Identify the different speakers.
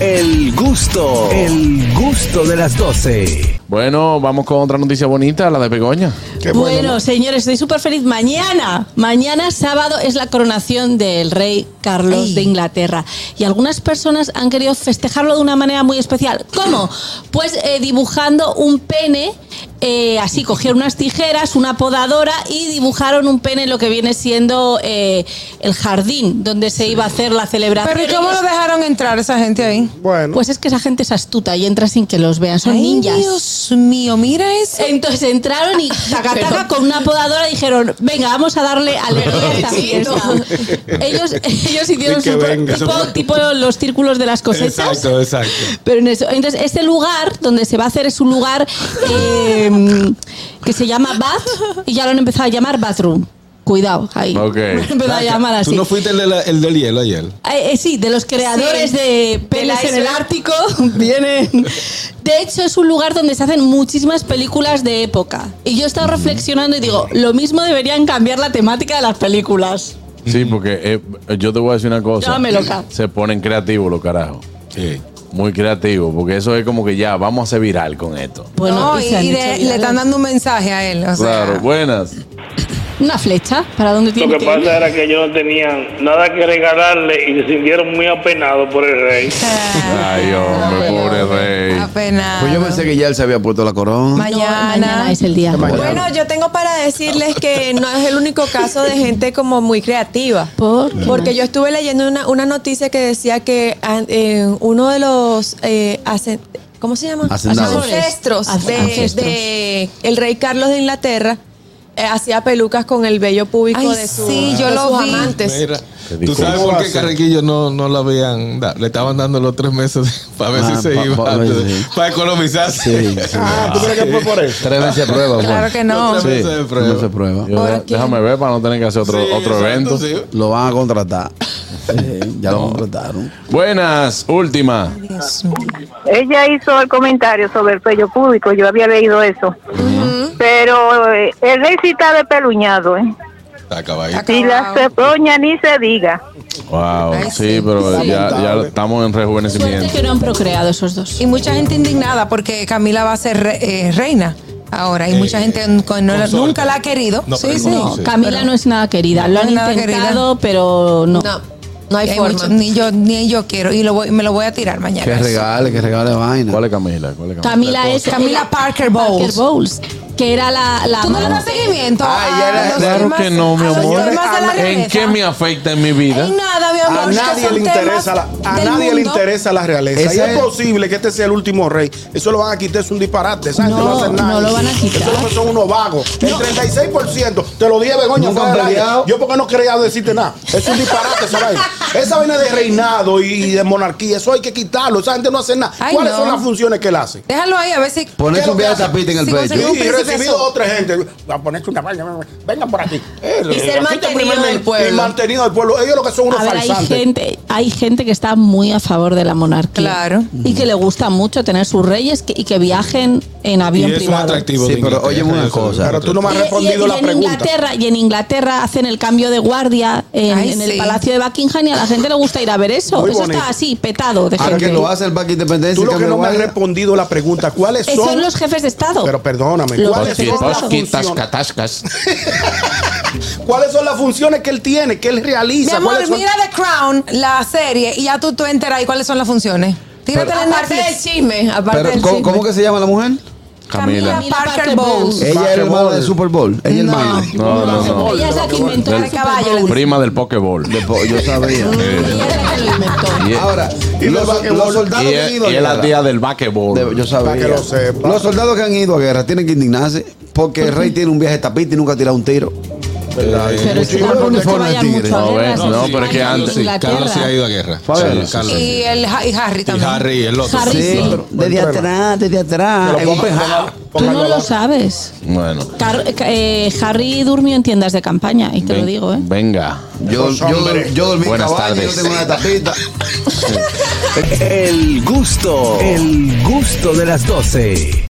Speaker 1: El gusto, el gusto de las 12.
Speaker 2: Bueno, vamos con otra noticia bonita, la de Begoña.
Speaker 3: bueno, señores, estoy súper feliz. Mañana, mañana sábado es la coronación del rey Carlos de Inglaterra. Y algunas personas han querido festejarlo de una manera muy especial. ¿Cómo? Pues eh, dibujando un pene. eh, así cogieron unas tijeras, una podadora y dibujaron un pene en lo que viene siendo eh, el jardín donde se iba a hacer la celebración.
Speaker 4: Pero ¿y cómo lo dejaron entrar esa gente ahí?
Speaker 5: Bueno,
Speaker 3: Pues es que esa gente es astuta y entra sin que los vean, son
Speaker 4: Ay,
Speaker 3: ninjas.
Speaker 4: Dios mío, mira eso.
Speaker 3: Entonces entraron y taca, taca, con una podadora dijeron, venga, vamos a darle alegría a esta fiesta. Ellos, ellos hicieron
Speaker 5: Sí, que
Speaker 3: su pro-
Speaker 5: venga.
Speaker 3: tipo, tipo los círculos de las cosechas.
Speaker 5: exacto, exacto.
Speaker 3: Pero en eso, entonces este lugar donde se va a hacer es un lugar eh, que se llama Bath y ya lo han empezado a llamar Bathroom. Cuidado, ahí.
Speaker 2: Ok.
Speaker 3: Lo han empezado a llamar así.
Speaker 5: Tú no fuiste el, de la- el del hielo ayer.
Speaker 3: Eh, eh, sí, de los creadores
Speaker 4: Sí.
Speaker 3: de Peles
Speaker 4: Del
Speaker 3: en el
Speaker 4: iceberg.
Speaker 3: Ártico vienen. De hecho, es un lugar donde se hacen muchísimas películas de época. Y yo he estado reflexionando y digo, lo mismo deberían cambiar la temática de las películas.
Speaker 2: Sí, porque eh, yo te voy a decir una cosa.
Speaker 3: Llámame loca.
Speaker 2: Se ponen creativos los carajos.
Speaker 5: Sí.
Speaker 2: Muy creativos, porque eso es como que ya, vamos a hacer viral con esto.
Speaker 4: No, y,
Speaker 3: se han
Speaker 4: y
Speaker 3: hecho
Speaker 4: de-
Speaker 3: virales.
Speaker 4: le están dando un mensaje a él. o sea.
Speaker 6: ah,
Speaker 2: Claro, buenas.
Speaker 3: una flecha para dónde
Speaker 7: Lo
Speaker 3: tiene
Speaker 7: que
Speaker 3: que ir?
Speaker 7: pasa era que ellos no tenían nada que regalarle y se sintieron muy apenados por el rey.
Speaker 4: Ah,
Speaker 2: Ay, hombre, pobre rey.
Speaker 4: apenado.
Speaker 8: Pues yo pensé que ya él se había puesto la corona.
Speaker 3: No,
Speaker 4: mañana.
Speaker 3: mañana es el día.
Speaker 6: Bueno, yo tengo para decirles que no es el único caso de gente como muy creativa.
Speaker 3: ¿Por qué?
Speaker 6: Porque yo estuve leyendo una, una noticia que decía que ah, eh, uno de los eh, ascen- ¿cómo se llama?
Speaker 8: Hacendados.
Speaker 6: Ancestros de,
Speaker 3: Ancestros.
Speaker 6: de el rey Carlos de Inglaterra eh, hacía pelucas con el vello público
Speaker 4: Ay,
Speaker 6: de, su-
Speaker 4: sí, yo
Speaker 6: de
Speaker 4: lo
Speaker 6: sus
Speaker 4: vi.
Speaker 6: amantes.
Speaker 5: Mira,
Speaker 2: Qué
Speaker 5: tú sabes por qué
Speaker 2: difícil.
Speaker 5: Carrequillo no, no lo habían da- le estaban dando los tres meses para ver
Speaker 8: Ah,
Speaker 5: si se
Speaker 8: pa-
Speaker 5: iba
Speaker 8: pa-
Speaker 5: antes de-
Speaker 8: sí.
Speaker 5: para economizarse.
Speaker 8: Sí, sí.
Speaker 5: Ah, ¿tú crees que fue por eso?
Speaker 8: Tres veces prueba. fue.
Speaker 4: Claro que no.
Speaker 5: Tres meses de
Speaker 8: Sí,
Speaker 5: prueba.
Speaker 8: no se prueba.
Speaker 2: Yo, de- déjame ver para no tener que hacer otro,
Speaker 5: Sí,
Speaker 2: otro
Speaker 5: exacto,
Speaker 2: evento.
Speaker 5: sí.
Speaker 8: Lo van a contratar. Sí, ya lo contrataron.
Speaker 2: Buenas, última.
Speaker 9: Ella hizo el comentario sobre el pello público, yo había leído eso. Pero eh, el rey sí está despeluñado, ¿eh?
Speaker 5: Está acabadito.
Speaker 4: Está
Speaker 9: Y la
Speaker 4: acabado.
Speaker 9: cepoña ni se diga.
Speaker 2: Wow,
Speaker 4: Ay,
Speaker 2: sí,
Speaker 4: sí.
Speaker 2: pero ya, ya estamos en
Speaker 3: Suerte
Speaker 2: rejuvenecimiento.
Speaker 3: que no han procreado esos dos.
Speaker 4: Y mucha gente indignada porque Camila va a ser re- eh, reina ahora. Y
Speaker 5: Eh,
Speaker 4: mucha gente que no la-
Speaker 5: consorte.
Speaker 4: nunca la ha querido.
Speaker 5: No,
Speaker 4: sí,
Speaker 5: pero
Speaker 4: sí.
Speaker 5: no,
Speaker 3: No, Camila no es nada querida. Lo
Speaker 4: No
Speaker 3: han
Speaker 4: es nada
Speaker 3: intentado, pero no.
Speaker 6: No, no hay,
Speaker 4: Hay
Speaker 6: forma.
Speaker 4: mucho- ni yo ni yo quiero. Y lo voy- me lo voy a tirar mañana.
Speaker 8: Que regale, que regale vaina.
Speaker 2: ¿Cuál es Camila? ¿Cuál es Camila?
Speaker 3: Camila es
Speaker 4: Camila Parker Bowles.
Speaker 3: Parker Bowles, que era la, la
Speaker 4: ¿Tú no le das
Speaker 3: amante-
Speaker 4: seguimiento?
Speaker 8: Ah, ya
Speaker 4: a
Speaker 8: era-
Speaker 4: los
Speaker 2: Claro
Speaker 4: temas-
Speaker 2: que no, mi
Speaker 4: a los
Speaker 2: amor.
Speaker 4: temas de la
Speaker 2: ¿En
Speaker 4: realeza?
Speaker 2: qué me afecta en mi vida?
Speaker 4: En nada, mi amor.
Speaker 5: A
Speaker 4: que
Speaker 5: nadie
Speaker 4: son
Speaker 5: le
Speaker 4: temas
Speaker 5: interesa la, a
Speaker 4: del
Speaker 5: nadie le
Speaker 4: mundo.
Speaker 5: interesa la realeza.
Speaker 8: Ese
Speaker 5: Y es
Speaker 8: es-
Speaker 5: posible que este sea el último rey. Eso lo van a quitar, es un disparate. ¿sabes?
Speaker 3: No,
Speaker 5: no, va a hacer nada.
Speaker 3: no lo van a quitar.
Speaker 5: Eso no son unos vagos. El 36%, te lo dije, Begoña,
Speaker 8: Nunca
Speaker 5: fuera
Speaker 8: han
Speaker 5: del aire.
Speaker 8: peleado.
Speaker 5: Yo porque no quería decirte nada. Es un disparate esa vaina. Esa vaina de reinado y de monarquía, eso hay que quitarlo. Esa gente no hace nada.
Speaker 4: Ay,
Speaker 5: ¿Cuáles
Speaker 4: no.
Speaker 5: son las funciones que él hace?
Speaker 4: Déjalo ahí a ver si.
Speaker 8: Ponerse un
Speaker 5: ¿Qué es lo
Speaker 8: viaje
Speaker 5: que
Speaker 8: de tapita en el
Speaker 4: Sí,
Speaker 8: pecho.
Speaker 4: conseguí
Speaker 5: Y
Speaker 4: un
Speaker 5: he
Speaker 4: príncipe
Speaker 5: recibido
Speaker 4: azul.
Speaker 5: otra gente. Va a ponerte una vaina. Vengan por aquí.
Speaker 6: Y ser mantenido del pueblo.
Speaker 5: Y mantenido del pueblo. Ellos lo que son unos
Speaker 3: A ver, hay
Speaker 5: falsantes.
Speaker 3: gente, hay gente que está muy a favor de la monarquía.
Speaker 4: Claro.
Speaker 3: Y que le gusta mucho tener sus reyes que- y que viajen en avión privado.
Speaker 8: Sí, de pero Inglaterra, óyeme una eso es- cosa.
Speaker 5: Pero tú no me has
Speaker 3: Y- y-
Speaker 5: respondido
Speaker 3: y
Speaker 5: la
Speaker 3: en
Speaker 5: pregunta.
Speaker 3: Inglaterra, y en Inglaterra hacen el cambio de guardia en,
Speaker 4: Ay,
Speaker 3: en
Speaker 4: sí.
Speaker 3: el Palacio de Buckingham y a la gente le gusta ir a ver eso. Pues
Speaker 5: Muy
Speaker 3: eso
Speaker 5: bonito.
Speaker 3: está así, petado de
Speaker 8: Ahora
Speaker 3: gente.
Speaker 8: Ah, que lo hace el Parque Independencia.
Speaker 5: Tú lo que
Speaker 8: cambia
Speaker 5: no me has
Speaker 8: vaina.
Speaker 5: respondido la pregunta. ¿Cuáles
Speaker 3: Esos son
Speaker 5: son?
Speaker 3: los jefes de Estado.
Speaker 5: Pero perdóname.
Speaker 3: Los
Speaker 5: ¿Cuáles
Speaker 3: jefes
Speaker 5: son,
Speaker 3: de
Speaker 5: las
Speaker 3: Estado.
Speaker 5: funciones?
Speaker 2: cascas.
Speaker 5: ¿Cuáles son las funciones que él tiene, que él
Speaker 4: Mi
Speaker 5: realiza?
Speaker 4: amor,
Speaker 5: ¿Cuáles son-
Speaker 4: mira The Crown, la serie, y ya tú, tú enteras ahí cuáles son las funciones. Tírate en
Speaker 6: Aparte del
Speaker 4: Netflix.
Speaker 6: chisme, aparte
Speaker 8: Pero,
Speaker 6: del
Speaker 8: ¿cómo,
Speaker 6: chisme.
Speaker 8: cómo que se llama la mujer?
Speaker 2: Camila.
Speaker 4: Camila Parker Bowles.
Speaker 8: Ella es
Speaker 2: Basketball.
Speaker 8: hermana del Super Bowl. Ella es
Speaker 4: No.
Speaker 8: hermana.
Speaker 2: No, no, no.
Speaker 3: Ella es la que inventó
Speaker 2: Del-
Speaker 3: el caballo.
Speaker 2: Prima del Pokéball.
Speaker 8: De po- Yo sabía.
Speaker 3: Ella es la que lo inventó.
Speaker 2: Y-
Speaker 8: Ahora,
Speaker 5: Y
Speaker 8: los,
Speaker 5: los
Speaker 8: los soldados
Speaker 2: Y
Speaker 8: que han
Speaker 2: es,
Speaker 8: ido a
Speaker 2: y es la
Speaker 8: guerra-
Speaker 2: tía del Basketball.
Speaker 8: de- yo sabía.
Speaker 5: Para que lo sepa.
Speaker 8: Los soldados que han ido a guerra tienen que indignarse porque el rey tiene un viaje de tapita y nunca ha tirado un tiro.
Speaker 3: Pero es que
Speaker 8: Sí, pero
Speaker 3: tampoco es que
Speaker 8: uniforme de
Speaker 3: vayan
Speaker 8: tigre.
Speaker 3: mucho a
Speaker 2: No,
Speaker 3: guerras
Speaker 2: ves, no,
Speaker 3: en
Speaker 2: pero es que
Speaker 3: España ni
Speaker 2: antes-
Speaker 3: en Inglaterra.
Speaker 5: a guerra.
Speaker 8: Fue a guerra.
Speaker 4: Y, el, Ha- y Harry también.
Speaker 5: el otro.
Speaker 3: Harry, sí.
Speaker 8: Desde atrás, desde atrás. En un pejado.
Speaker 3: Tú no lo sabes.
Speaker 2: Bueno,
Speaker 3: Car- eh, Harry durmió en tiendas de campaña, y te lo
Speaker 2: ven-
Speaker 3: digo, ¿eh?
Speaker 2: Venga.
Speaker 8: Yo, yo, yo dormí en
Speaker 2: Buenas
Speaker 8: caballo, yo
Speaker 2: tardes.
Speaker 8: tengo una tapita.
Speaker 1: El gusto, el gusto de las 12.